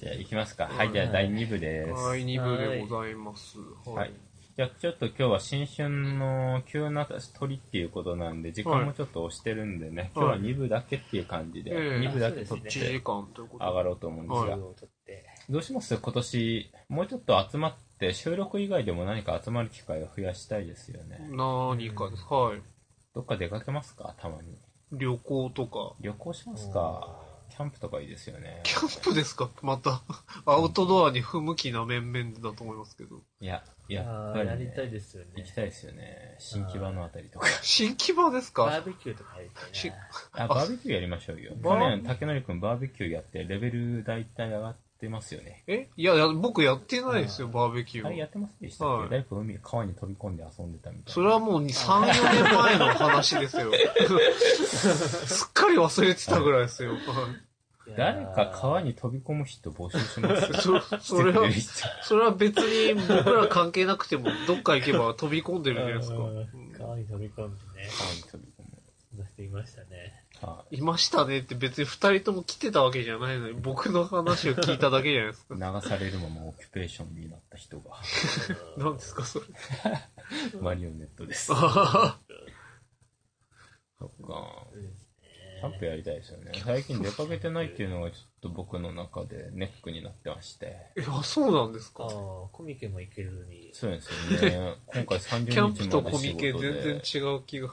じゃあ行きますか。はい、じゃあ第2部です。はい、二部でございます。ははいい。。じゃあちょっと今日は新春の急な鳥っていうことなんで、時間もちょっと押してるんでね、はい今日は2部だけっていう感じで、ええ2部だけ取っ1時て間ということ上がろうと思うんですはがい、を取って。どうします今年、もうちょっと集まって、収録以外でも何か集まる機会を増やしたいですよね。何かです。はい。どっか出かけますかたまに。旅行とか。旅行しますかキャンプとかいいですよね。キャンプですかまた。 アウトドアに不向きな面々だと思いますけど。いや、やあっあぱー、やりりね、たいですよね。行きたいですよね。新木場のあたりとか。新木場ですバーかベキューとかやりたいしな。あ、バーベキューやりましょうよ。去バー年、竹典くんバーベキューやって、レベル大体上がってますよね。えいやいや、僕やってないですよ、あーバーベキュあれーやは。ってませんでしたはっいけだいぶ海、川に飛び込んで遊んでたみたいそな。れはもう3、4年前の話ですよ。 すっかり忘れてたぐらいですよ。はい誰か川に飛び込む人募集しますそ それは来てくれる、 人それは別に僕ら関係なくても、どっか行けば飛び込んでるじゃないですか。ううんん川に飛び込んでね、川に飛び込む。そんな人いましたね。はいましたねって別に二人とも来てたわけじゃないのに、僕の話を聞いただけじゃないです か。い。流されるままオキュペーションになった人 が、うん何ですか、それ。マリオネットです。 あそっか。そうですキャンねプやりたいですよね。最近出かけてないっていうのがちょっと僕の中でネックになってまして。ーいや、そうなんですあか。あ、コミケも行けるのに。そうですよね。今回30日までキ仕ャ事ンで。プとコミケ全然違う気が。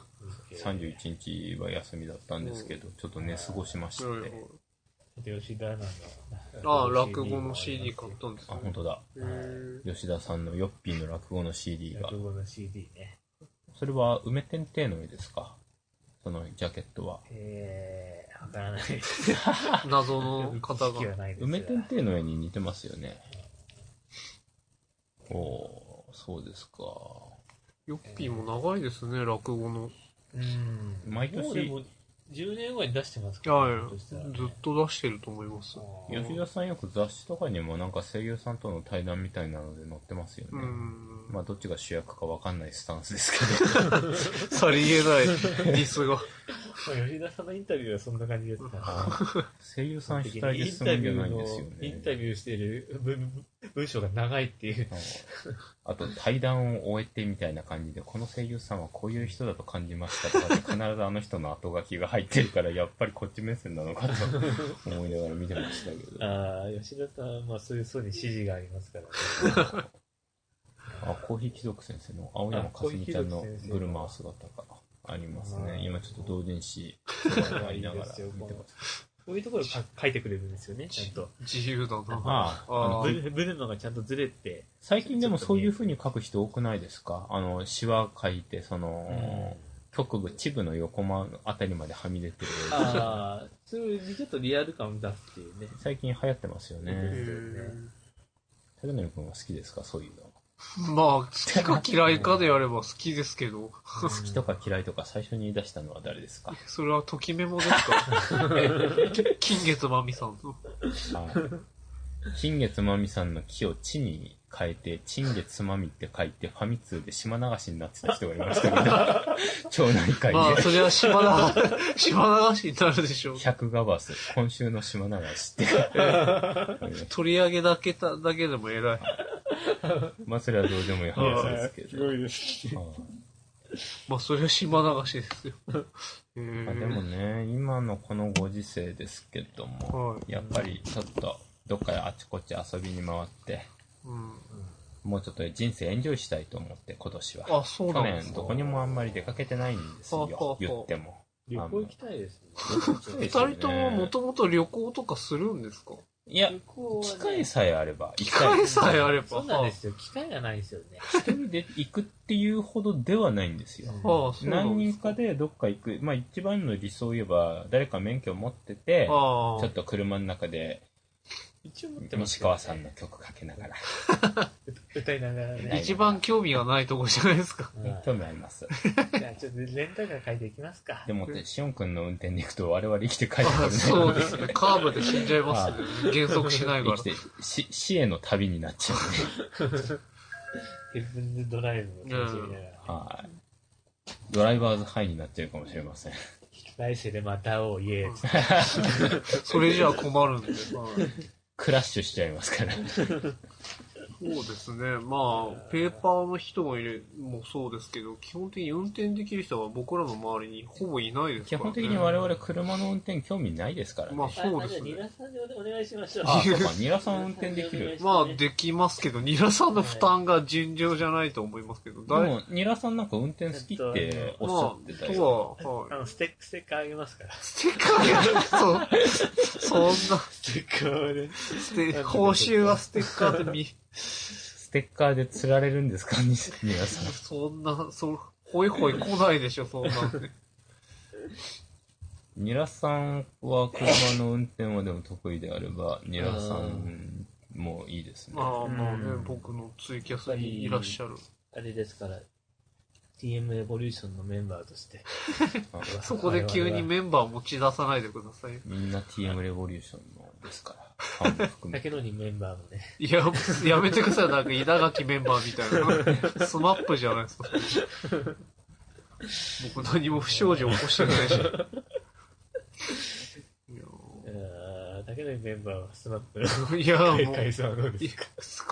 31日は休みだったんですけど、ちょっと寝過ごしまして。ちょっと吉田アナの。ああ、落語の CD 買ったんですあ、ね。本当だ。へー吉田さんのヨッピーの落語の CD が落。語の CD ね。それは梅天亭の絵ですかそのジャケットは。えー、わからないです。謎の方 知識はが。ないですが梅天亭の絵に似てますよね。おー、そうですか。ヨッピーも長いですね、落語の。うん。毎もうで年、も、10年ぐらい出してますからはひょっい。としずたらねっと出してると思います。吉田さんよく雑誌とかにもなんか声優さんとの対談みたいなので載ってますよね。うん。まあどっちが主役かわかんないスタンスですけ ど。さりげないディスが。 まあ吉田さんのインタビューはそんな感じですから。声優さん主イン体で進むタんじビゃュなーいんのですよ、イねン。タビューしてる文文章が長いっていう。あと、対談を終えてみたいな感じで、この声優さんはこういう人だと感じましたとかって、必ずあの人の後書きが入ってるから、やっぱりこっち目線なのかと思いながら見てましたけど。ああ、吉田さんは、まあそういう層に指示がありますからね。あ、コーヒー貴族先生の青山かすみちゃんのブルマー姿がありますあーね。今ちょっと同人誌がありながら見てます。こういうところか書いてくれるんですよね、ちゃんと。自由だな。あああのあブールブルマがちゃんとずれて、最近でもそういう風に書く人多くないですかあの、シワ書いて、その、局部、チ部の横間あたりまではみ出てる。ああ、そういうちょっとリアル感を出すっていうね。最近流行ってますよへね。ー竹野君は好きですかそういうの。まあ、好きか嫌いかであれば好きですけど、好きとか嫌いとか最初に言い出したのは誰 ですかそれはときメモですか金月まみさんの。はい金月まみさんの木を地に変えて、金月まみって書いて、ファミ通で島流しになってた人がいました けど、町内会まあ、で。それは島流、 島流しになるでしょう。百ガバス、今週の島流しって。取り上げだけた、だけでも偉い。まあそれはどうでもいい話ですけど。いです。はいまあ、それは島流しですよ。へーまあでもね、今のこのご時世ですけども、はいやっぱりちょっと、どっかあちこち遊びに回って、うん。もうちょっと人生エンジョイしたいと思って、今年は。あ、そうな去んです年、かど。こにもあんまり出かけてないんですはあはあはよあ、言っても。旅行行きたいです ね。二二人とももともと旅行とかするんですかいや旅、行はね機会さえあれば、機機会さえあれば。そうなんですよ。機会がないんですよね。一人で行くっていうほどではないんですよ。はあ、そうな何んで人すか。かでどっか行く。まあ一番の理想を言えば、誰か免許を持ってて、ちあょっと車の中で、一応持ってます西けどね川さんの曲かけながら。歌いながらあ、ね。一番興味がないとこじゃないですか。うん興味あります。じゃあちょっとレンタカー借りていきますかで。もって、しおんくんの運転で行くと我々生きて帰ってくるあね。そうですね。カーブで死んじゃいますね。減速しないか生らき。て、し死への旅になっちゃうね。ヘブンズドライブを楽しみながら。はい。ドライバーズハイになっちゃうかもしれません。来世でまた会おう、イエーイ。それじゃあ困るんで。はいクラッシュしちゃいますから。そうですね。まあ、ペーパーの人もいる、もそうですけど、基本的に運転できる人は僕らの周りにほぼいないです基からね。本的に我々車の運転興味ないですからね。まあまそうですニね。ラさんでお願いしましょう。あ、そうか、ニラさん運転でき る。まあできますけど、ニラさんの負担が尋常じゃないと思いますけど、でだいも、ニラさんなんか運転好きってまあ、おっしゃってたよ。とは、あはい。の、ステック、ステッカーあげますから。ステッカーが、そう、そんな、ステッカーをね。ステ報酬はステッカーで見、ステッカーで釣られるんですか、ニ ニラさん。そんな、そう、ほいほい来ないでしょ、そんなんね。ニラさんは車の運転はでも得意であれば、ニラさんもいいですね。まあまあうねん、僕のツイキャスにいらっしゃる。あれですから、TM エボリューションのメンバーとして。あそこで急に我々はメンバー持ち出さないでください。みんな TM レボリューションのですから。ファンも含め だけどにメンバーもね。いや、やめてください、なんか稲垣メンバーみたいな。スマップじゃないですか。僕何も不祥事起こしてないし。いやうんだけどにメンバーはスマップのいやもう解散はどうですか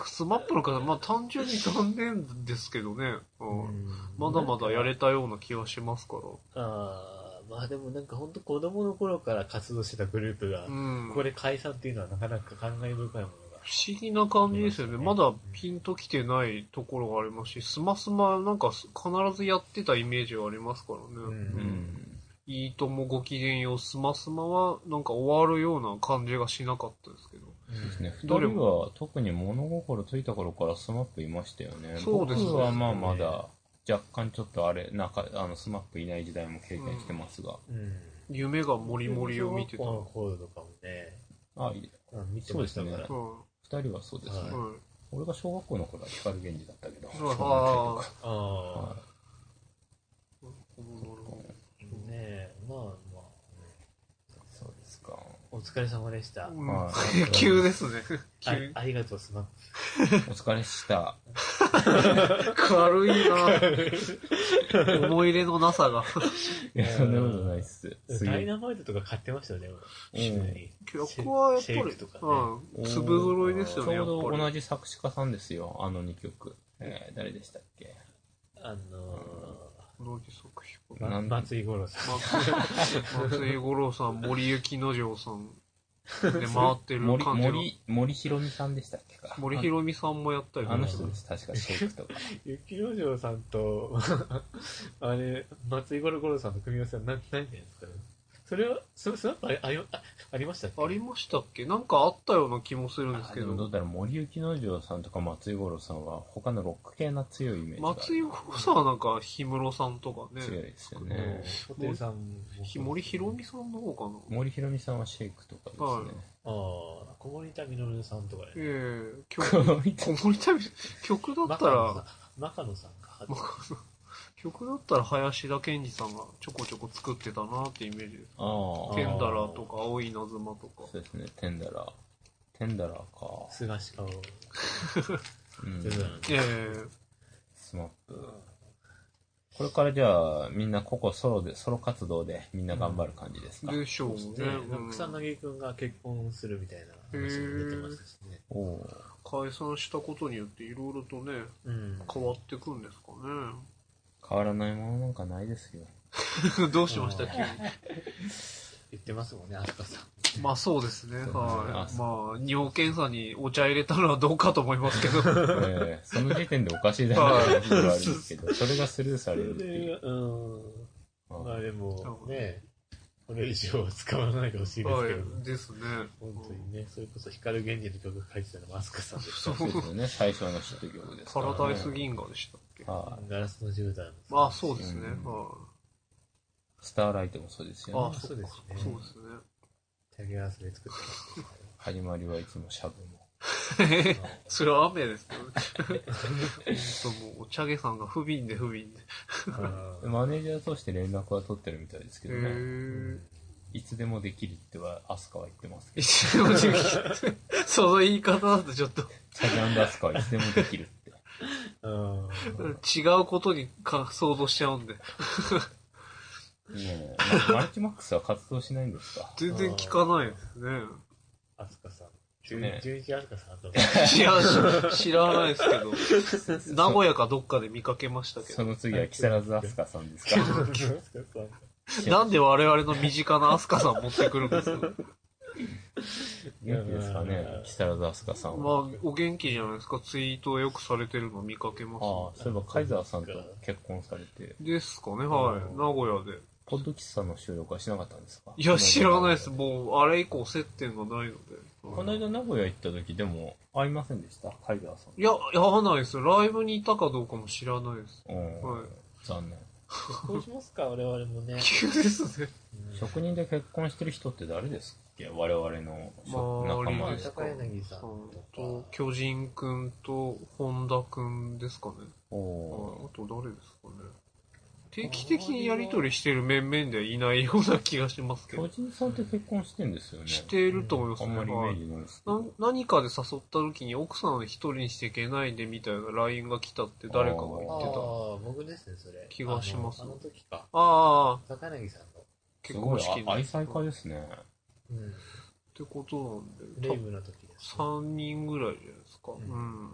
ススマップの方、まあ単純に残念ですけどね、うんまだまだやれたような気はしますから。あーまあでもなんか本当子供の頃から活動してたグループがう、ん。これ解散っていうのはなかなか感慨深いものが。不思議な感じですよね。まだピンときてないところがありますし、スマスマなんかす必ずやってたイメージがありますからね。うんうん。いいともごきげんよう、スマスマはなんか終わるような感じがしなかったですけど。ですね。二どれ人もは特に物心ついた頃からスマップいましたよね。そうですね僕はまあまだ若干ちょっとあれ、なんか、あの、スマップいない時代も経験してますが。うん。夢がもりもりを見てた。小は学校の頃とかもね、あ、いいうん見てましたから。そうです二人はそうですねい。。はい俺が小学校の頃は光源氏だったけど。はいそんな時とかああは。ねえ、まあまあ、いそうです か。お疲れ様でした。うんはい 急ですね。急あありがとう、スマップ。お疲れっした。軽いな思い入れのなさが。いや、そんなことないっす。すげダえイナマイトとか買ってましたよね、うん俺普通に曲はやっぱシり、ェイクとかうん。粒揃いですよね、ちやょっうどぱり。同じ作詞家さんですよ、あの2曲。えー誰でしたっけね。あの同じ作品。ー、まなん松井五郎さん。 松井松井五郎さん、森幸之丞さんで回ってる森、感じの。森、森ひろみさんでしたっけか。森ひろみさんもやったりあとのあかの人です、確か、シェイクとか。雪之丞さんと、 あれ、松井五郎五郎さんの組み合わせは何、何なんですかね。それは、そスマップありありあありましたっけありましたっけなんかあったような気もするんですあけでもどどう。だろう、森幸之丞さんとか松井五郎さんは、他のロック系な強いイメージがある。松井五郎さんはなんか、氷室さんとか強いね。ですようんね。ホテルさんも。ひ森ひろみさんの方かな森ひろみさんはシェイクとかですね。ああ、小森田実さんとかね。ええこ曲、の人小森旅、曲だったら、中野さんか。まあ曲だったら林田健二さんがちょこちょこ作ってたなってイメージです。ああケ、ンダラとか、青い稲妻とか。そうですね、テンダラー。テンダラーか。菅氏顔。うんそうだねええスマップ。これからじゃあ、みんなここソロで、ソロ活動でみんな頑張る感じですか、でしょうね。ね、なんか草うん薙くんが結婚するみたいな話も出てましたしね。おお解散したことによっていろいろとね、うん。変わってくんですか変わらないものなんかないですよ。ね。 どうしましたうん急に。言ってますもんね、飛鳥さん。まあそうですね。そうですねあはい。そまあ、尿検査にお茶入れたのはどうかと思いま すけど。はええその時点でおかしいだろうなっていうのはあるんですけ ど、それがスルーされるっていう。うん。まああでもそ、うね、これ以上は使わないでほしいですけど、い。ですね。本当にね、それこそ光源氏の曲書いてたのは飛鳥さんでしそたう。そうですよね、最初のヒット曲ですパから、ラね。ダイス銀河でしたっけはい、ガラスの絨毯。まあそうですね。うんはスターライトもそうですい。よあね。そうですね。そそううでですすね。 手上げ合わせで作ってましたから始まりはいつもシャブも。それは雨ですけどね。ほんともう、お茶毛さんが不憫で不憫で。うんマネージャー通して連絡は取ってるみたいですけへどね。ー。 いつでもできるっては、アスカは言ってますけど。一応正直その言い方だとちょっとチャジャンダスカはいつでもできるって。うん違うことにか想像しちゃうんで。ねえ、まマルチマックスは活動しないんですか全然聞かないですね。飛鳥さん。ね11あるかさ、といや、し知らないです けど、名古屋かどっかで見かけましたけそど、の次は木更津飛鳥さんですかなんで我々の身近なアスカさん持ってくるんで すか元気ですかね木更津飛鳥さんまあは。、お元気じゃないですか。ツイートをよくされてるの見かけまああ、すね。そういえばカイザーさんと結婚されて、ですかね、はい。名古屋で。ポッド喫茶の収録はしなかったんですかいや、知らないです。もう、あれ以降接点がないので。この間名古屋行った時でも会いませんでしたカイザーさん。いや、やらないです。ライブにいたかどうかも知らないです。うん、はい残念。結婚しますか、我々もね。急ですね。職人で結婚してる人って誰ですっけ我々の職まあ仲あ間れでです高柳さんとと、巨人くんと、本田くんですかね。おはいおあと誰ですかね。定期的にやりとりしてる面々ではいないような気がしますー。け巨ど。人さんって結婚してんですよね。してると思いますあね。んまりイメはいージないですけなど。何かで誘った時に奥さんを一人にしていけないでみたいな LINE が来たって誰かがあ言っあてた。あ、僕ですね、それ。気がしますあのあの時か。ああ、高柳さんの。す結ご婚い式あの。愛妻家っですね。うん。てことなんで、レイ多分ブの時です。 3人ぐらいじゃないですか。んうん。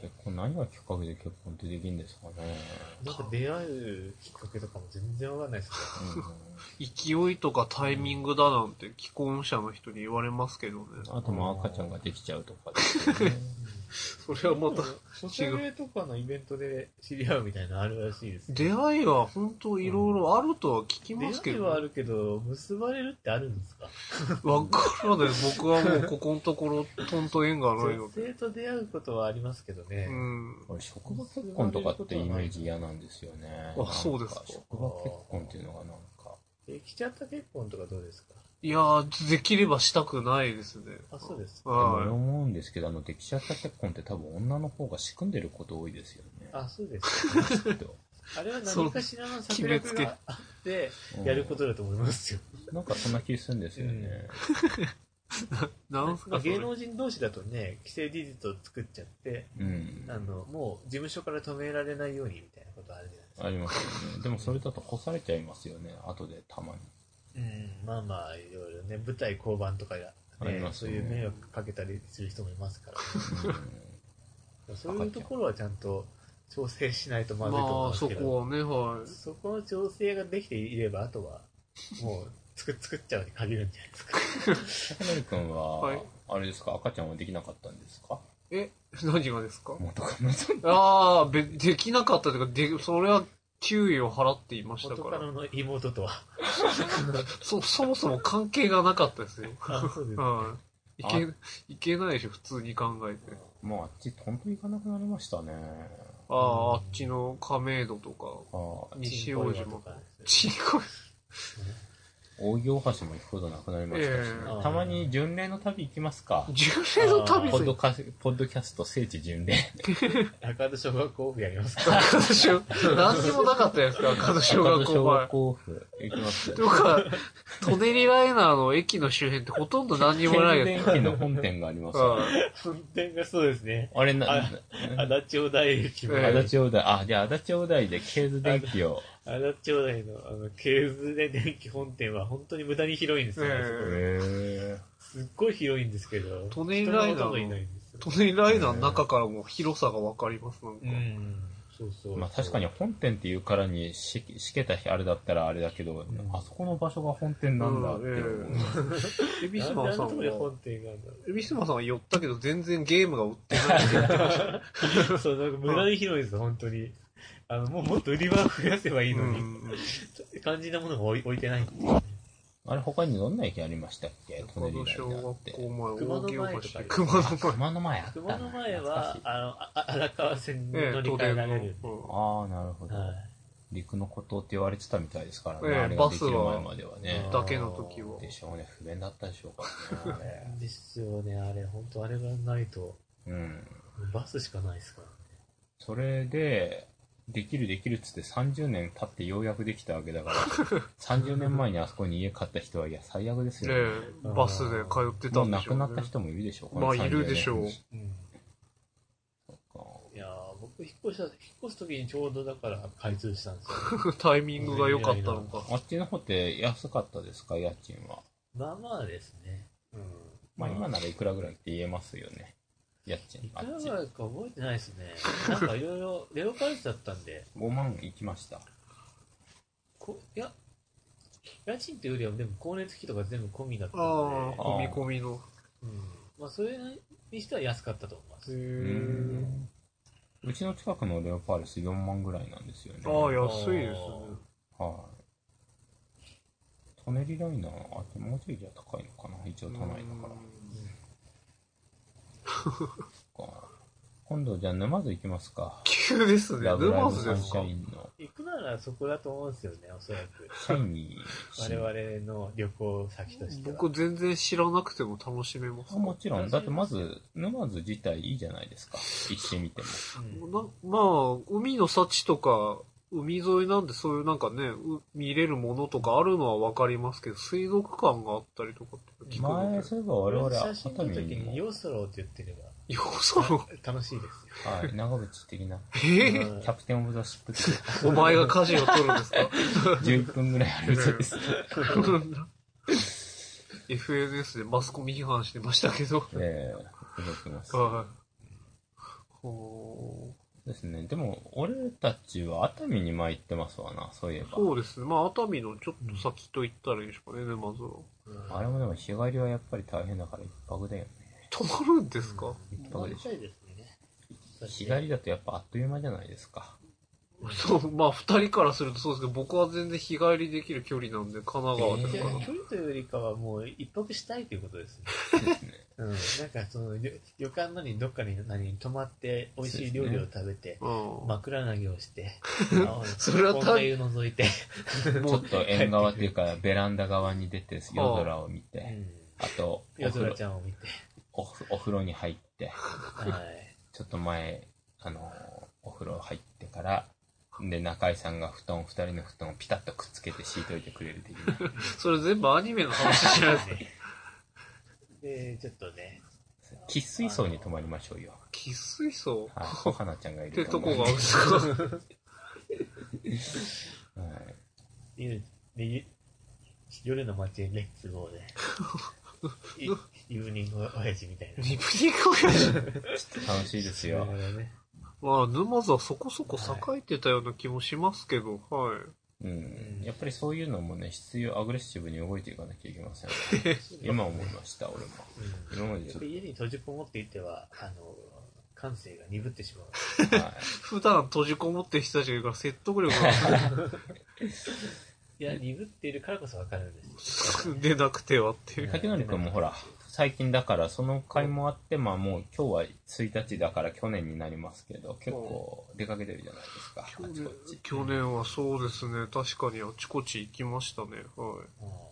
結婚、何がきっかけで結婚ってできるんですかね。なんか出会うきっかけとかも全然わかんないですけ勢いとかタイミングだなんて既婚者の人に言われますけどね。うん、あとまあ赤ちゃんができちゃうとかですよ ね。それはまたど。、初めとかのイベントで知り合うみたいなのあるらしいですね。出会いは本当いろいろあるとは聞き出ますけ会いど、はあわるけど、結ばれるってあるんですかからな い。僕はもうここのところ、トント縁がない女の性で。と出会うことはありますけどね。うん。俺職場結婚とかってイメージ嫌なんですよね。あそうですかなん職場結婚っていうのがなんか、できちゃった結婚とかどうですかいやー、できればしたくないですね。あ、そうです。でも俺は思うんですけど、あの、できちゃった結婚って多分女の方が仕組んでること多いですよね。あ、そ うです。きっとあれは何かしらの策略があって、うん やることだと思いますよ。なんかそんな気するんですよね。い。なんすまあかそれ芸能人同士だとね、既成事実を作っちゃって、うん。あの、もう事務所から止められないようにみたいなことあるじゃないですか。ありますよね。でもそれだと干されちゃいますよね。後でたまに。うん、まあまあ、いろいろね、舞台降板とかや、ありね、ますそうねいう迷惑かけたりする人もいますから。うんそういうところはちゃんと調整しないとまずいと思まうんあ、ですそけど。こはね、はい。そこの調整ができていれば、あとは、もう、つく、作っちゃうに限るんじゃないですか。坂森くんは、はいあれですか、赤ちゃんはできなかったんですかえ、何がですか元カノさん。ああ、べできなかったというか、で、それは注意を払っていました元かカら。ノの妹とは。そ、そもそも関係がなかったですよ。あ、そうです。はい。いけ、いけないでしょ、普通に考えて。もうあっち、とんと行かなくなりましたね。ああ、あっちの亀戸とか、ああ、西大島とかですちね。っこい。大行橋も行くことなくなりましたし、ねええたまに巡礼の旅行きますか。巡礼の旅ポッすドる。カポッドキャスト聖地巡礼。赤戸小学校オフやりますか赤田小 何にもなかったじゃないですか、赤田小学校前。校府行きますよ。とか、トネリライナーの駅の周辺ってほとんど何にもないです。電気の本店がありますよ。はい運転がそうですね。あれな、あな足立町大駅も、ええ足立町大、あ、じゃあ足立町大でケーズ電気を。足立町大の、あの、ケーズで電気本店は本当に無駄に広いんですよ、ねええそへこえ。すっごい広いんですけど、トネイルライナーの人がほとんどいないんですよトネリライナーの中からも広さがわかります、なんかう。ん。そうそう。まあ確かに本店っていうからにし、しけたあれだったらあれだけど、んあそこの場所が本店なんだっていう。うんええエビなスんであんマなさとんころでは、本店があるんだろうエビスマさんは寄ったけど全然ゲームが売ってないって言ってましたね。そう、なんか無駄に広いです、本当に。あの、もうもっと売り場を増やせばいいうのに、ん肝心なものが置い置いてないっていうね。あれ他にどんな駅ありましたっけこの小学校前、熊大の前と木か大よ橋。熊熊のの前。前あった熊なの前懐かはしい、あのあ、荒川線に乗り換えられる。あの。あ、なるほど。は陸の孤島って言われてたみたいですからね。ええあれができる前まではバスねは。だけの時は。でしょうね。不便だったでしょうからね。い。ですよね、あれ、本当あれがないと、あれうん。バスしかないですからね。それで、できるできるっつって30年経ってようやくできたわけだ から、30年前にあそこに家買った人は、いや、最悪ですねよね。え、バスで通ってたもうんで亡しょくうね。なった人もいるでしょう、まあ、いるでしょう。うん。う。いやー僕、引っ越した、引っ越す時にちょうどだから開通したんですよ。 タイミングが良かったのか。あっちの方って安かったですか、家賃は。まあまあですね。うん。まあ今ならいくらぐらいって言えますよね。家い賃、あくらっぐち。らいか覚えてないですね。なんかいろいろ、レオパレスだったんで、 5万いきました。こいや、家賃というよりは、でも光熱費とか全部込みだったんで、ああ、あー込み込みの。うんまあ、それにしては安かったと思います。うんうちの近くのレオパレス4万ぐらいなんですよね。ああ、はい。安いですね。舎人ライナー、あともうちょいじゃ高いのかな一応都内だから。そっか今度じゃあ沼津行きますか。急ですね。ラブライ沼ブ津サでンすシャかインの、行くならそこだと思うんですよね、おそらく。シャイニ我ー。々の旅行先としては。僕全然知らなくても楽しめます。もちろん、だってまず、沼津自体いいじゃないですか。行ってみても。うんなまあ、海の幸とか、海沿いなんでそういうなんかね、う見れるものとかあるのはわかりますけど、水族館があったりとかって聞くの前、 で。そういえば我々、写熱真撮る海ときにもに、、ヨーソローって言ってれば、よその、楽しいですよ。はい、長渕的な、えうーキんャプテンオブザシップ的 お前が舵を取るんですかな11分ぐらいあるそうです。 ?FNS でマスコミ批判してましたけど。ええ動きます。はい。ほうですね。でも、俺たちは熱海に前行ってますわな、そういえそうですね。まあ、熱海のちょっと先と言ったらいいですかね、沼津は。ば。あれもでも日帰りはやっぱり大変だから一泊だよね。泊まるんですか、うん泊まりたいですね。日帰りだとやっぱあっという間じゃないですか。そう、まあ、二人からするとそうですけど、僕は全然日帰りできる距離なんで、神奈川いでやすから。距離というよりかはもう一泊したいということですね。ですね。うん、なんかその旅旅館のにどっかに何泊まって美味しい料理を食べて、うん。枕投げをして、それは単単湯覗いて、ちょっと縁側っていうか、ベランダ側に出て夜空を見うて、ん、あと、お夜風空呂ちゃんを見て、お風お風呂に入って、はい。ちょっと前、あのーお風呂入ってから、で、中井さんが布団、二人の布団をピタッとくっつけて敷いといてくれる的な。それ全部アニメの話じゃないですか。 で、ちょっとね、喫水槽に泊まりましょうよ。喫水槽はい。 小花ちゃんがいっるてとこ思うがあるんですか はい。夜でゆ夜の街へレッツゴ ーで、いイブニングおやじみたいリな。プニックオヤジ楽しいですよ。なるほどねまあ、沼津はそこそこ栄えてたような気もしますけど、はい。うん。やっぱりそういうのもね、必要アグレッシブに動いていかなきゃいけま せん。今思いました、俺も。うん今までちょやっっぱとり家に閉じこもっていては、あの、感性が鈍ってしまう。。はい。普段閉じこもってる人たちがいるから説得力がいや、鈍っているからこそわかるんです。出なくてはっていう。竹典くんもほら、最近だから、その会もあって、まあもう今日は1日だから去年になりますけど、結構出かけてるじゃないですか、あ去ち年こち。去年はそうですね。確かにあちこち行きましたね。は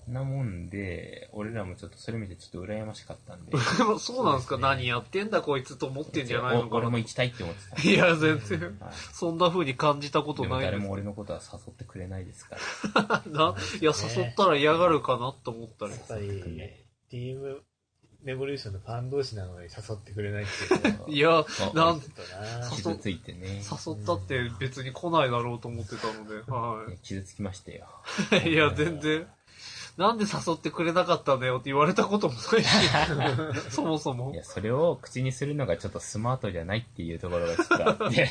うんなもんで、俺らもちょっとそれ見てちょっと羨ましかったんで。い。でもそうなんですかそうですね何やってんだこいつと思ってんじゃないのおか俺なも。行きたいって思ってた。いや、全う然ん。はいそんな風に感じたことでもない誰ですも。俺のことは誘ってくれないですから。な、いや、誘ったら嫌がるかなと思ったりや。っぱり、DM レボリューションのファン同士なのに誘ってくれないっていうのはいや、なんちょっとな誘傷ついてね。誘ったって別に来ないだろうと思ってたので、はね傷つきましたよ。 い。いや、全然。なんで誘ってくれなかったんだよって言われたこともないし、そもそもい。や、それを口にするのがちょっとスマートじゃないっていうところがちょっとあ って。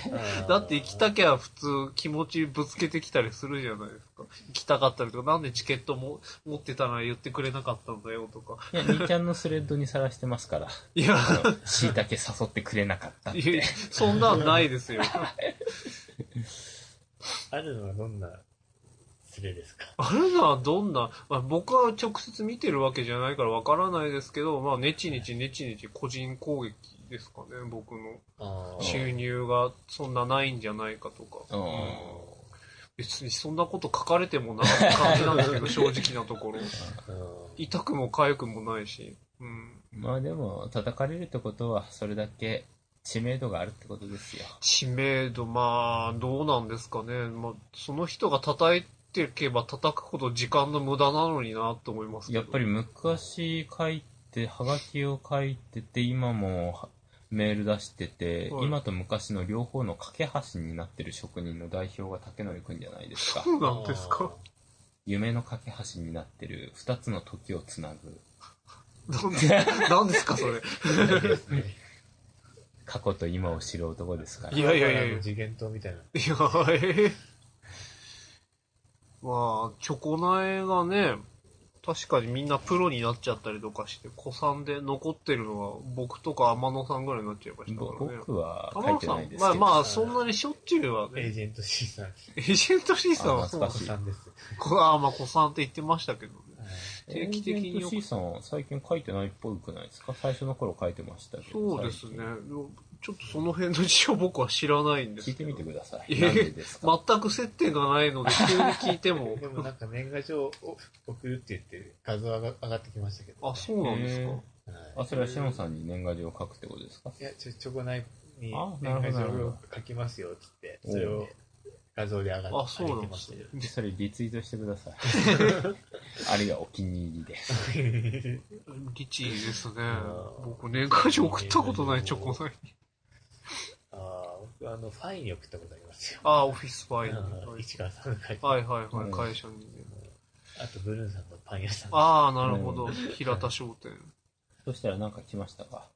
だって行きたきゃ普通気持ちぶつけてきたりするじゃないですか。行きたかったりとか、なんでチケットも持ってたら言ってくれなかったんだよとか。いや、兄ちゃんのスレッドにさらしてますから。いや、しいたけ誘ってくれなかっ たっいて。やそんなんないですよ。 あるのはどんな連れですかあれのはどんな、まあ、僕は直接見てるわけじゃないからわからないですけど、まあ、ネチネチネチネチ個人攻撃ですかね、僕の。収入がそんなないんじゃないかとか。うん。別にそんなこと書かれてもなって感じなんです けど、正直なところ。うん痛くも痒くもないし。うん。まあでも、叩かれるってことは、それだけ知名度があるってことですよ。知名度、まあ、どうなんですかね。まあ、その人が叩いてけば叩くほど時間の無駄なのになと思いますけど。やっぱり昔書いて、はがきを書いてて、今もはメール出してて、はい今と昔の両方の架け橋になってる職人の代表が竹典くんじゃないです かそ。うなんですか。夢の架け橋になってる二つの時をつなぐ。なんでなんですか、それ。ですね。過去と今を知る男ですからい。やいやいやいや次元島みたいな。 いや、ええまあ、チョコ苗がね、確かにみんなプロになっちゃったりとかして、子さんで残ってるのは僕とか天野さんぐらいになっちゃいましたからね。僕は天書い野てさないんで、すまあけど。まあ、そんなにしょっちゅうはエ ーね、ジェント C さん。エージェント C さんはそうなんあで懐かすお子しいさんです。こああ、まあ、子さんって言ってましたけどね。定期的にエージェント C さんは最近書いてないっぽくないですか最初の頃書いてましたけど。そうですね。最で近。もちょっとその辺の事情僕は知らないんです聞いてみてだくださいい。やなんでですか、全く接点がないので、急に聞いても。でもなんか年賀状を送るって言って画像上が上がってきましたけど。あ、そうな んですか。はいあ、それはシノさんに年賀状を書くってことですかいや、ちょ、チョコナイにあなる年ほど賀なるほ状どを書きますよ、つって、それを画像で上があ、ってそう上なげんでてますしたねよ。。でそれリツイートしてくだ さい。あるいはお気に入りで。リチですねあ。ー僕、年賀状送ったことないチョコない。あー僕あの、ファインに送ったことありますよ。あー、オフィスファイル。あのはい市川さんが書いて、はいはいはうい、ん会社にね。あとブルーンさんのパン屋さん。ああ、なるほどう。平田商店。そしたらなんか来ましたか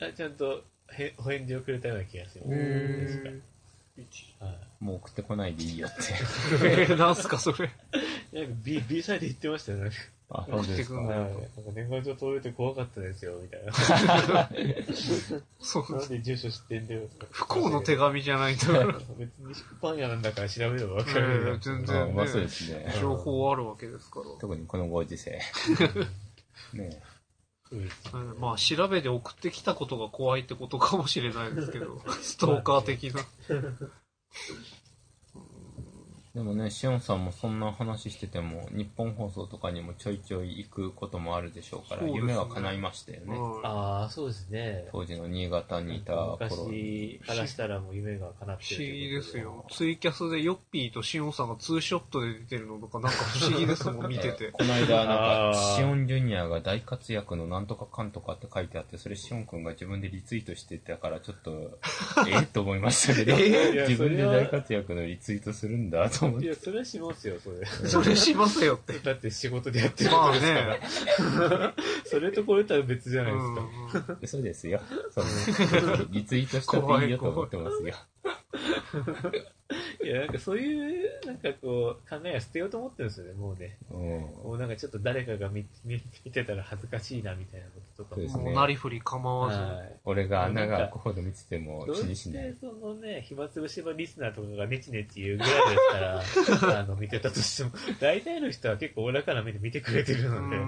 あちゃんとへお返事をくれたような気がする。確かへはいもう送ってこないでいいよって。え。なんすか、それ。なんか B, B サイド言ってましたよね。あ、 そう送ってでくすんか。だなんよか年賀状届いて怖かったですよ、みた いな。そう。なんで住所知ってんだよ。不幸の手紙じゃないんだから。別にパン屋なんだから調べればわかえるえよ。全あ然まあそうですね。情報あるわけですから。特にこのご時 世。ねえそうですねうんまあ、調べて送ってきたことが怖いってことかもしれないですけど、ストーカー的な。でもね、シオンさんもそんな話してても、日本放送とかにもちょいちょい行くこともあるでしょうから、そうですね夢は叶いましたよね。はいああ、そうですね。当時の新潟にいた頃に。昔からしたらもう夢が叶っ不て思ると議いでうこと。すよ。ツイキャスでヨッピーとシオンさんがツーショットで出てるのとか、なんか不思議ですもん、見てて。この間、なんかあー、シオンジュニアが大活躍のなんとかかんとかって書いてあって、それシオンくんが自分でリツイートしてたから、ちょっと、えっと思いましたけど、いや自分でそれは大活躍のリツイートするんだと思っいて。や、それはしますよ、それ。 それしますよって。 だって仕事でやってるまかあらですから。ね。それとこれとは別じゃうないですんか。そうですよ。そのリツイートしたっていいよと思ってますよ。いや、なんかそういう、なんかこう、考えは捨てようと思ってるんですよね、もうね。うんもうなんかちょっと誰かが見 見見てたら恥ずかしいな、みたいなこととかそうですねもうなりふり構わず。はい。俺が穴が開くほど見ててもどう気にししないて。そのね、暇つぶしのリスナーとかがネチネチ言うぐらいで すから、あの、見てたとしても、大体の人は結構おらかな目で見てくれてるうので、ん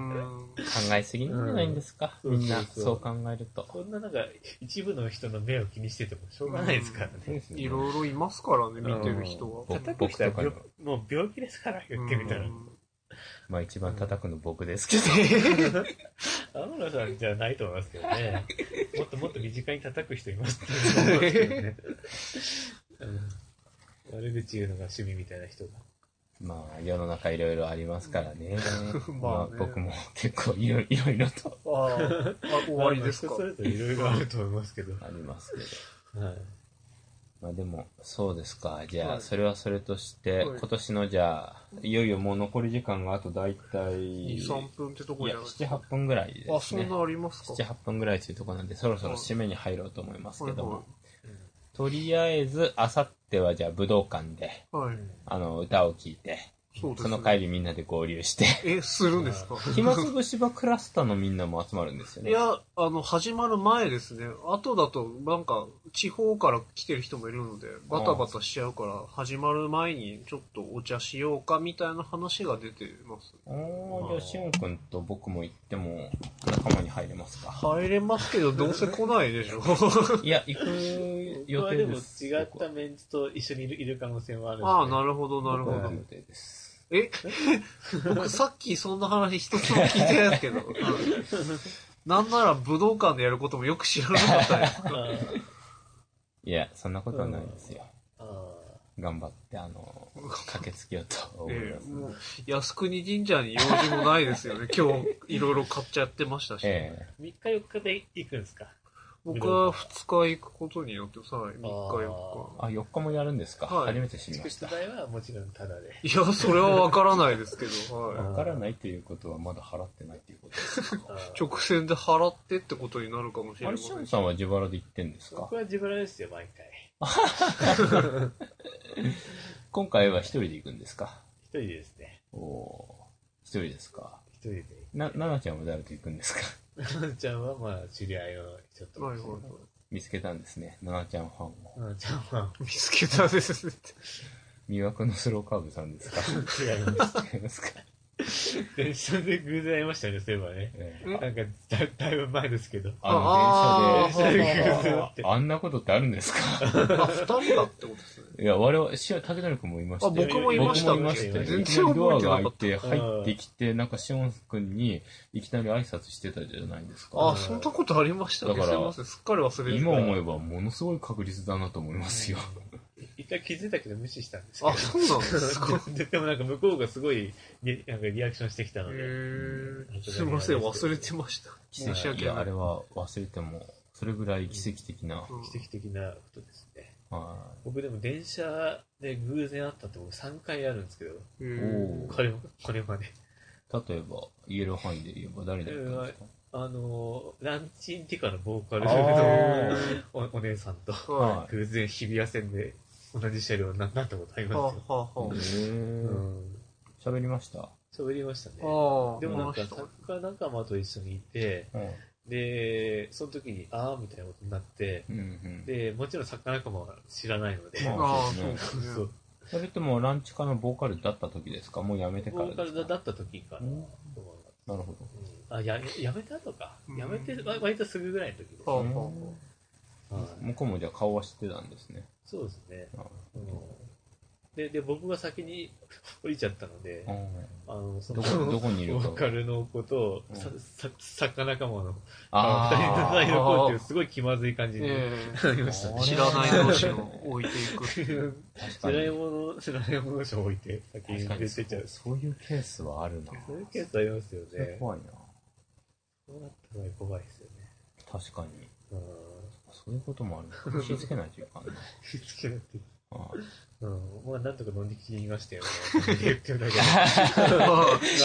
考えすぎなんじゃないんですか、うんみんなそうそうそそうう考えると。こんななんか、一部の人の目を気にしててもしょうがないですからね。そうですよねいろいろいますからね、見てる人うんが。叩く人は僕病とかもう病気ですから、言ってみたらう。んまあ一番叩くの僕ですけど。天野さんじゃないと思いますけ どね。もっともっと身近に叩く人いますって思いますけどね。うん悪口言うのが趣味みたいな人が。 まあ世の中いろいろありますからね。ままああね僕も結構いろいろいろとああ、あ終わりですまかあ人。それぞれいろいろあると思いますけど。はいありますけど。まあでも、そうですか。じゃはいあ、それはそれとして、はい今年のじゃあ、いよいよもう残り時間があと大体、 2、い3分ってとこじや、ゃないです7、か。 8分ぐらいですね。あ、そんなありますか7、8分ぐらいというところなんで、そろそろ締めに入ろうと思いますけどはいも、とりあえず、あさってはじゃあ武道館で、はい。あの、歌を聴いて、そうですそねの帰りみんなで合流して、 え、するんですか暇つぶし場クラスターのみんなも集まるんですよいね。や、あの、始まる前ですね。後だと、なんか、地方から来てる人もいるので、バタバタしちゃうから、始まる前にちょっとお茶しようかみたいな話が出てます。おー、じゃあ、しおんくんと僕も行っても、仲間に入れます か。入れます けど、どうせ来ないでしょ。いや、行く僕予は定でもで違す。ったメンツと一緒にいるいる可能性もあるんで。ああ、なるほど、なるほ僕はど行く。予定です。え僕さっきそんな話一つも聞いてないですけど。うんなんなら武道館でやることもよく知らなかった です。あいや、そんなことはないですよ。ああ頑張って、あの、駆けつけようと思いえますえ、。もう、靖国神社に用事もないですよね。今日、いろいろ買っちゃってましたし。ええあ。3日4日で行くんですか僕は2日行くことによって、さらに3日4あ、4日もやるんですか、はい初めて知りま宿し舎た。代はもちろんタダで。日。いや、それはわからないですけど、はい。わからないということはまだ払ってないということで すか直線で払ってってことになるかもしれあなれ、い。シャンさんは自腹で行ってんですか僕は自腹ですよ、毎回。今回は一人で行くんですか一人ですね。おおー一人ですか一人で。な、ななちゃんは誰と行くんですか ななちゃんは、まあ、知り合いのちょっと。はいはいはい見つけたんですね。ななちゃんファンを。ななちゃんは、見つけたですねって。魅惑のスローカーブさんです か違います。違いますか、電車で偶然会いましたね、そういえばね。えんえなんかだ、だいぶ前ですけど。あの、電車で電車で偶然会って。あんなことってあるんですか あ、二人だってことですね。いや、我々、しお竹谷君もいましたよあ僕もいました僕もいましたよ。全然いきなりドアが開いて、覚えてなかった入ってきて、なんかシオン君に、いきなり挨拶してたじゃないですあ、か。そんなことありましたね。だからすいません。すっかり忘れてた。今思えば、ものすごい確率だなと思いますよ。一回気づいたけど無視したんですけど。あ、そうなんですか。 ででもなんか向こうがすごいリなんかリアクションしてきたへので、ーすいません、忘れてました。奇跡申し訳やなあいれ。は忘れても、それぐらい奇跡的な。うん奇跡的なことですね。は僕でも電車で偶然会ったって僕3回あるんですけど、へいーおこれも、これまで。ー例えば、言える範囲で言えば誰だったんですかあのー、ランチンティカのボーカルあのーおお姉さんと、ははい偶然日比谷線で同じ車両にななったことありい。はあ、ますよ。はあ、はうん喋りました。喋りましたね。あ。ああ、でもなん見かました作家仲間と一緒にいて、で、その時に、あーみたいなことになって、うんうん。で、もちろん作家仲間は知らないので、まああ、そそううでですすそね。う、それともランチ課のボーカルだった時ですかもうやめてからボでーすかカルだった時かな、うんなるほど。うんあ、や、やめた後か。うんやめて、わ割とすぐぐらいの時です、はあ、うんははい向こうもじゃあ顔は知ってたんですね。そうですね。あうんで、で、僕が先に降りちゃったので、ああの、そどの、こどこにいボるかーカルの子とう、んさ、さ、作家仲間の、あ二人のあ代の子っていう、すごい気まずい感あ。じになえりましたあねえ。知らない同士を置いていくって いう。確か知らないに。もの、知らないもの書置いて、先に確かに出てそっちゃうう。そういうケースはあるな。そういうケースありますよそれね。怖いな。そうなったら怖いですよね。確かに。うん。 そういうこともある。気をつけないといかんな。気付けなくて。あうん。まあ、なんとか飲んできましたよ。 言ってるだけで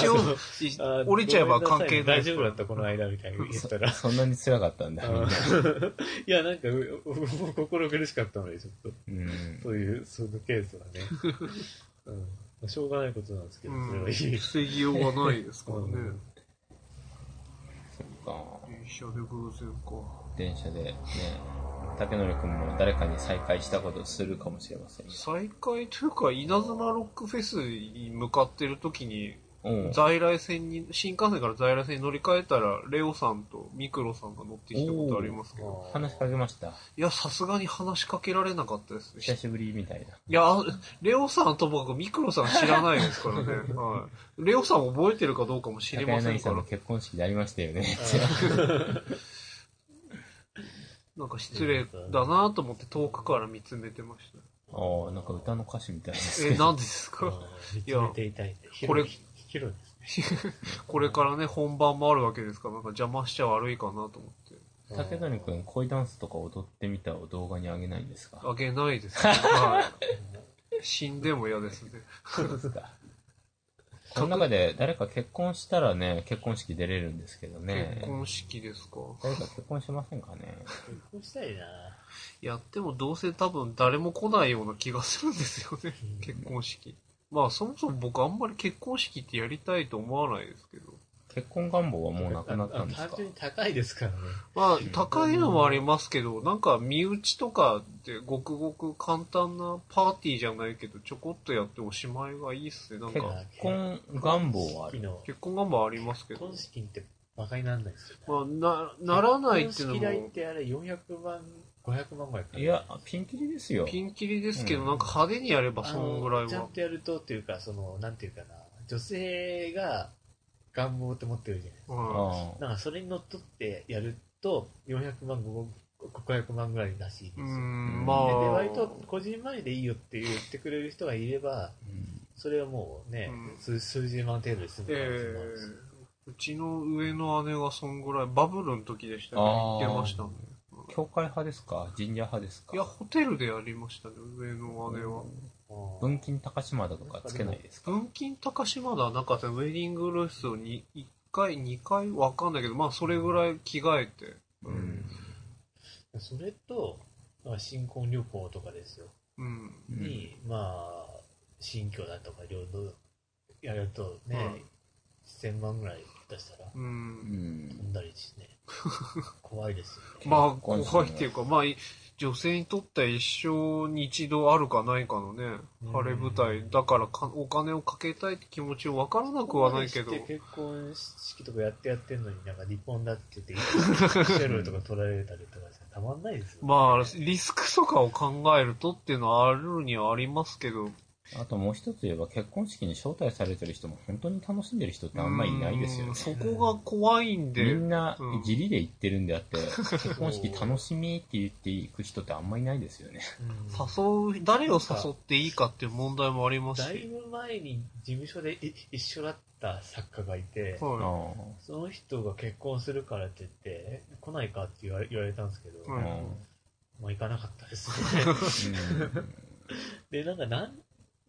塩あ降りちゃえば関係ないごめんさ大丈夫だった、この間、みたいに言ったあら。そんなに辛かったんだ。 いや、なんか、うう心苦しかったので、ちょっと。うん。そういう、そのケースは ね。うん。まあ、しょうがないことなんですけど、それはいい。防ぎようがないですからね。うんそっか。電車で偶然か。電車でね、竹典くんも誰かに再会したことするかもしれませんよ。再開というか、稲妻ロックフェスに向かってる時に、うん。在来線に、新幹線から在来線に乗り換えたら、レオさんとミクロさんが乗ってきたことありますけど、話しかけました。いや、さすがに話しかけられなかったですね。久しぶりみたいな。いや、レオさんともかくミクロさん知らないですからね。はい。レオさん覚えてるかどうかも知り竹ませ柳んさかんのら。結婚式でありましたよね。なんか失礼だなと思って遠くから見つめてましああ、なんか歌の歌詞みたいでた。すえ、 けど。なんでですうんか見つめていたい。これ広い広いですね。これからね、本番もあるわけですから、なんか邪魔しちゃ悪いかなと思って。竹谷くん、恋ダンスとか踊ってみたを動画にあげないんですかあげないですね。はい。死んでも嫌ですね。そうですか。この中で誰か結婚したらね、結婚式出れるんですけどね結。婚式ですか。誰か結婚しませんかね。結婚したいなやってもどうせ多分誰も来ないような気がするんですよね。結婚式。まあそもそも僕あんまり結婚式ってやりたいと思わないですけど。結婚願望はもうなくなったんです単か純に高いですからね。まあ高いのもありますけど、なんか身内とかでごくごく簡単なパーティーじゃないけど、ちょこっとやっておしまいがいいっすね。なん結か婚願望はあ式る。の結婚がまあありますけ結ど婚。式って馬鹿にならないですよね。まあな、ならないっていうの結婚式代っも。てあれ400万、500万ぐらいかかるいや、ピンキリですよ。ピンキリですけど、うんなんか派手にやればあそのんぐらいちゃんは。とやるとっていうか、その、なんていうかな、女性が願望って持ってるじゃないですあはあか。なんかそれにのっとってやると、400万、500万ぐらいらしいですい。うよ。ん、あまであ。で割と、個人前でいいよって言ってくれる人がいれば、それはもうね、うん数数十万程度で済む可能性えもあるしえうちの上の姉がそんぐらいバブルの時でしたけどあー行ってましたね。教会派ですか神社派ですかいや、ホテルでやりましたね、上の姉は。文金高島だとかつけないですか文金高島田はなんかったウェディングドレスをに1回、2回わかんないけど、まあそれぐらい着替えて。うん。それと、まあ、新婚旅行とかですよ。うん。うんに、まあ、新居だとか、領土やるとね、はい1000万ぐらい出したらう。うん飛ん。んだりして ね。怖いですよ、ね。まあ、怖いっていうか、まあ、い女性にとっては一生に一度あるかないかのね、晴れ舞台だからかお金をかけたいって気持ちをわからなくはないけど、ここまでして結婚式とかやってやってんのになんか離婚だって言って、シェルとか取られたりとかしたらたまんないですよ、ね。まあ、リスクとかを考えるとっていうのはあるにはありますけど、あともう一つ言えば結婚式に招待されてる人も本当に楽しんでる人ってあんまりいないですようねん。そこが怖いんみで、んなうん義理で言ってるんであっ て、結婚式楽しみって言っていく人ってあんまりいないです よね。うん誘う、誰を誘っていいかっていう問題もありますだいし、ぶ前に事務所でい一緒だった作家がいて、あはその人が結婚するからって言って、え来ないかって言われ言われたんですけど、あはういんまあ行かなかったですね。うんで、なんかなん、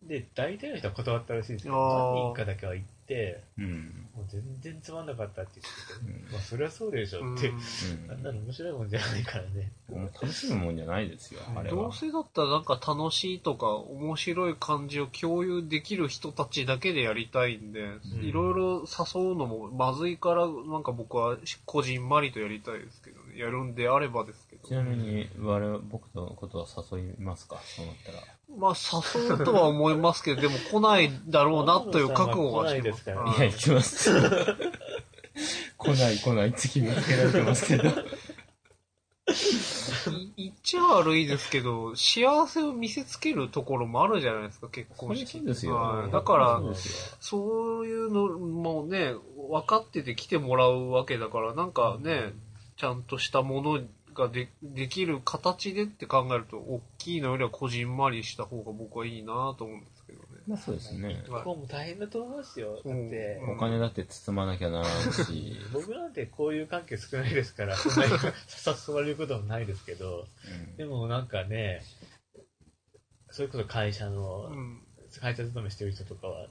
で、大体の人は断ったらしいんですけど、あー何人かだけは行って、うんもう全然つまんなかったって言ってうて、まあそりゃそうでしい。ょうんって、うんあんなの面白いもんじゃないからね。もう楽しむもんじゃないですよ、あれどうは。せだったらなんか楽しいとか面白い感じを共有できる人たちだけでやりたいんで、んいろいろ誘うのもまずいから、なんか僕はこじんまりとやりたいですけどね。やるんであればですけちど。なみに、我々、僕のことは誘いますかそうなったら。まあ誘うとは思いますけど、でも来ないだろうなという覚悟はしてます。天野さんははいはや、行きます。 来ない来ないって決めつけられてますけど。い言っちゃ悪いですけど、幸せを見せつけるところもあるじゃないですか、結婚式そうですよはいだからそう、ですよそういうのもね、分かってて来てもらうわけだから、なんかね、ちゃんとしたものがでできる形でって考えると、大きいのよりはこじんまりした方が僕はいいなと思うんですけどね。 まあそうですね。ここも大変だと思いますよ。だって、うんお金だって包まなきゃならんし、僕なんてこういう関係少ないですから、そんなに誘われることもないですけど、でもなんかね、それこそ会社のう、ん。会社勤めしてる人とかは、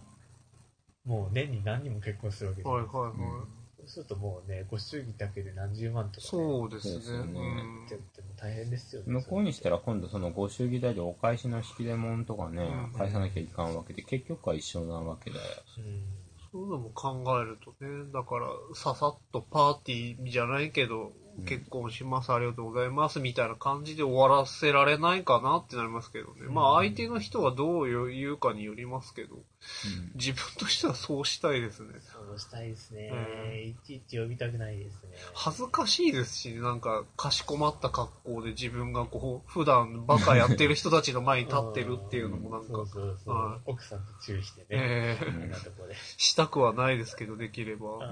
もう年に何人も結婚するわけですよはいはいはい。うんそうするともうね、ご祝儀だけで何十万とか、ね、そうですそうですね。ようねんってっても大変ですよね。向こうにしたら今度そのご祝儀代でお返しの引き出物とかねうん、返さなきゃいかんわけで、結局は一緒なわけで。うんそういうのも考えるとね、だから、ささっとパーティーじゃないけど、うん結婚します、ありがとうございます、みたいな感じで終わらせられないかなってなりますけどね。まあ、相手の人がどう言うかによりますけど、自分としてはそうしたいですね。そうしたいですね、うんいちいち呼びたくないですね。恥ずかしいですし、なんか、かしこまった格好で自分がこう、普段バカやってる人たちの前に立ってるっていうのもなんそかう、そうそう、はい奥さんと注意してね。えあーんなとこで。したくはないですけど、できれば。なあー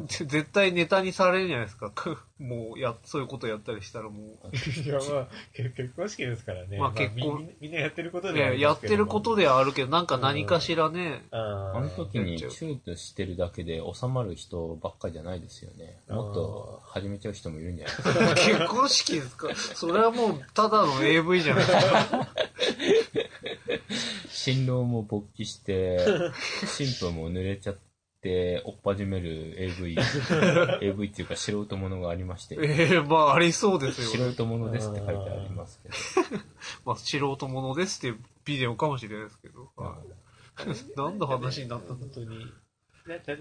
ので、ぜ絶対ネタにされるじゃないですか。 もうや、そういうことやったりしたらもいや、まあ、結結婚式ですからね。まあ結婚みみみんなやってることう、ではあね、りやまっすけてるどもことではあるけど、なんか何かしらね、あーあの時にチューとしてるだけで収まる人ばっかじゃないですよね。もっと始めちゃう人もいるんじゃないですか。結婚式です かそれはもう、ただの AV じゃない ですか。新郎も勃起して、新婦も濡れちゃって、追っ始める AV、AV っていうか素人ものがありまして、ええまあ、ありそうですよね。素人ものですって書いてありますけど、まあ、素人ものですっていうビデオかもしれないですけど。まはい何の話になったんだ本当に。だだ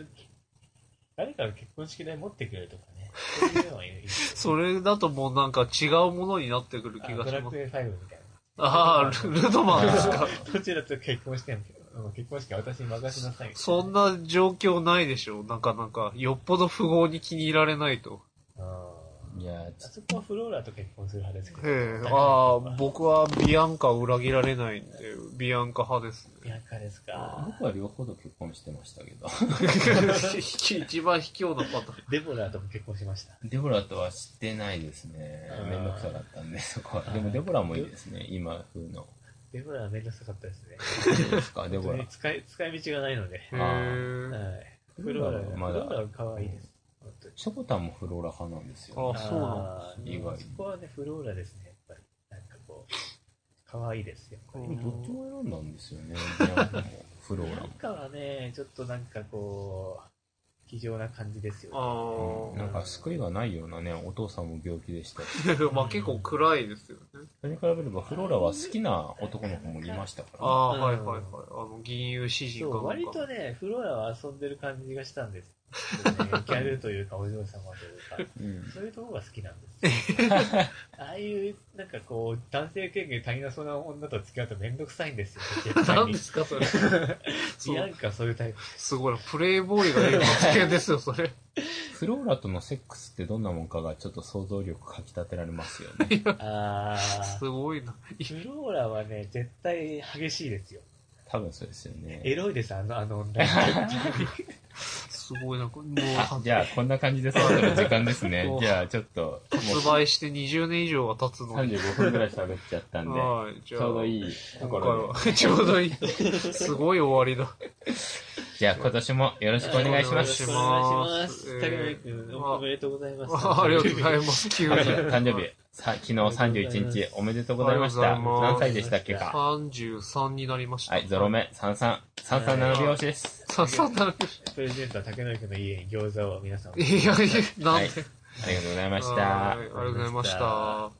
誰かが結婚式代持ってくれるとか ね。そういうのはいいですそれだともうなんか違うものになってくる気よがドしラますク。エ5みたいああ、ルルドマンですかな。どちらと結婚してんのあの結婚式は私に任せなさいみたいそんな状況ないでしょなかなか。よっぽど富豪に気に入られないと。な。ああいやーーあそこはフローラと結婚する派ですけど。ええ、ああ、僕はビアンカを裏切られないんで、ビアンカ派ですいやかですか。僕は両方と結婚してましたけど。 ね。 一番卑怯なパターン。デボラとも結婚しました。デボラとはしてないですねあ。ーめんどくさかったんで、そこは。でもデボラもいいですね、今風の。デボラはめんどくさかったですね。そうですか、デ本ボ当ラに。使い、使い道がないので。へえはい。フローラが、まだフローラは可愛いです。う本当に。しょこたんもフローラ派なんですよ、あそうなあんですー意外そこはね、フローラですね、やっぱり。なんかこう、可愛いです、やっぱり。ね。うんどっちも選んだんですよね。ジャンプもフローラなんかはね、ちょっとなんかこう、気丈な感じですよね。も。あなんか救いがないようなね、お父さんも病気でしたし。あ。まあ結構暗いですよね。それに比べればフローラは好きな男の子もいましたから、ね。ああ、うんはいはいはい。あの、銀融詩そ人かなんうか。割とね、フローラは遊んでる感じがしたんです よね、ギャルというか、お嬢様というか、うんそういうところが好きなんです よああいう、なんかこう、男性経験足りなそうな女と付き合うとめんどくさいんですよ、絶対何にで。すか、それ。そなうんかそうい うタイプ。すごいな。プレイボーイがいる発見ですよ、それ。フローラとのセックスってどんなもんかがちょっと想像力かきたてられますよね。あすーごいな。フローラはね、絶対激しいですよ。多分そうですよね。エロいです、あの、あの女。 すごいな。もう、あじゃあこんな感じでそろそろ時間です ね。じゃあちょっと、発もう売して20年以上は経つのに。 35分ぐらい喋っちゃったんで、はい、じちゃあ。ょうどいいと今こ回ろはで。。 ちょうどいい。すごい終 わりだ。じゃあ今年もよろしくお願いします。よろしくおお願願いしまいしますす。竹内君、まあおめでとうございます。ありがとうございます。急に。誕生日、さ昨日31日おめでとうございました。ありがとうございま何す歳でしたっけか。 33になりました。はい、ゾロ。目、33、337拍子です。さ、さ、なる。プレゼントは竹内君の家に餃子を皆さんお持ちいやいや、なんはいで。、ありがとうございましはいあたり。がとうございました。